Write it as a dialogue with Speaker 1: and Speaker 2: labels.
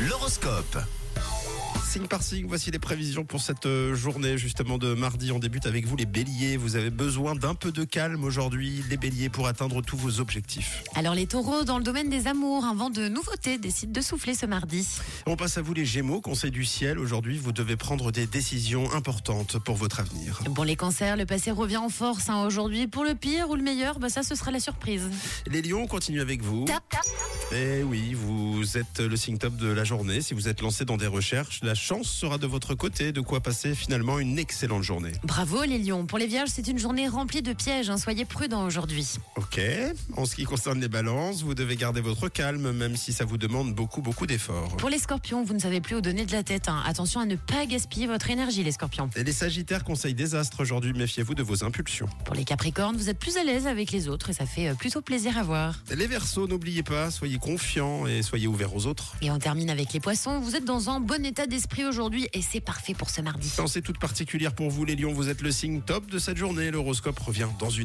Speaker 1: l'horoscope.
Speaker 2: Signe par signe, voici les prévisions pour cette euh, journée justement de mardi. On débute avec vous les béliers. Vous avez besoin d'un peu de calme aujourd'hui, les béliers, pour atteindre tous vos objectifs.
Speaker 3: Alors les taureaux, dans le domaine des amours, un vent de nouveauté décide de souffler ce mardi.
Speaker 2: On passe à vous les gémeaux, conseil du ciel. Aujourd'hui, vous devez prendre des décisions importantes pour votre avenir.
Speaker 3: Pour les cancers, le passé revient en force hein, aujourd'hui. Pour le pire ou le meilleur, bah, ça ce sera la surprise.
Speaker 2: Les lions, on continue avec vous.
Speaker 3: Tap, tap.
Speaker 2: Et oui, vous êtes le signe top de la journée. Si vous êtes lancé dans des recherches, la chance sera de votre côté, de quoi passer finalement une excellente journée.
Speaker 3: Bravo les lions. Pour les vierges, c'est une journée remplie de pièges. hein. Soyez prudents aujourd'hui.
Speaker 2: Ok. En ce qui concerne les balances, vous devez garder votre calme, même si ça vous demande beaucoup, beaucoup d'efforts.
Speaker 3: Pour les scorpions, vous ne savez plus où donner de la tête. hein. Attention à ne pas gaspiller votre énergie les scorpions.
Speaker 2: Et les sagittaires conseillent désastre aujourd'hui, méfiez-vous de vos impulsions.
Speaker 3: Pour les capricornes, vous êtes plus à l'aise avec les autres et ça fait euh, plutôt plaisir à voir.
Speaker 2: Les versos, n'oubliez pas, soyez confiants et soyez ouverts aux autres.
Speaker 3: Et on termine avec les poissons. Vous êtes dans un bon état d'esprit aujourd'hui et c'est parfait pour ce mardi.
Speaker 2: Pensée toute particulière pour vous, les lions, vous êtes le signe top de cette journée. L'horoscope revient dans une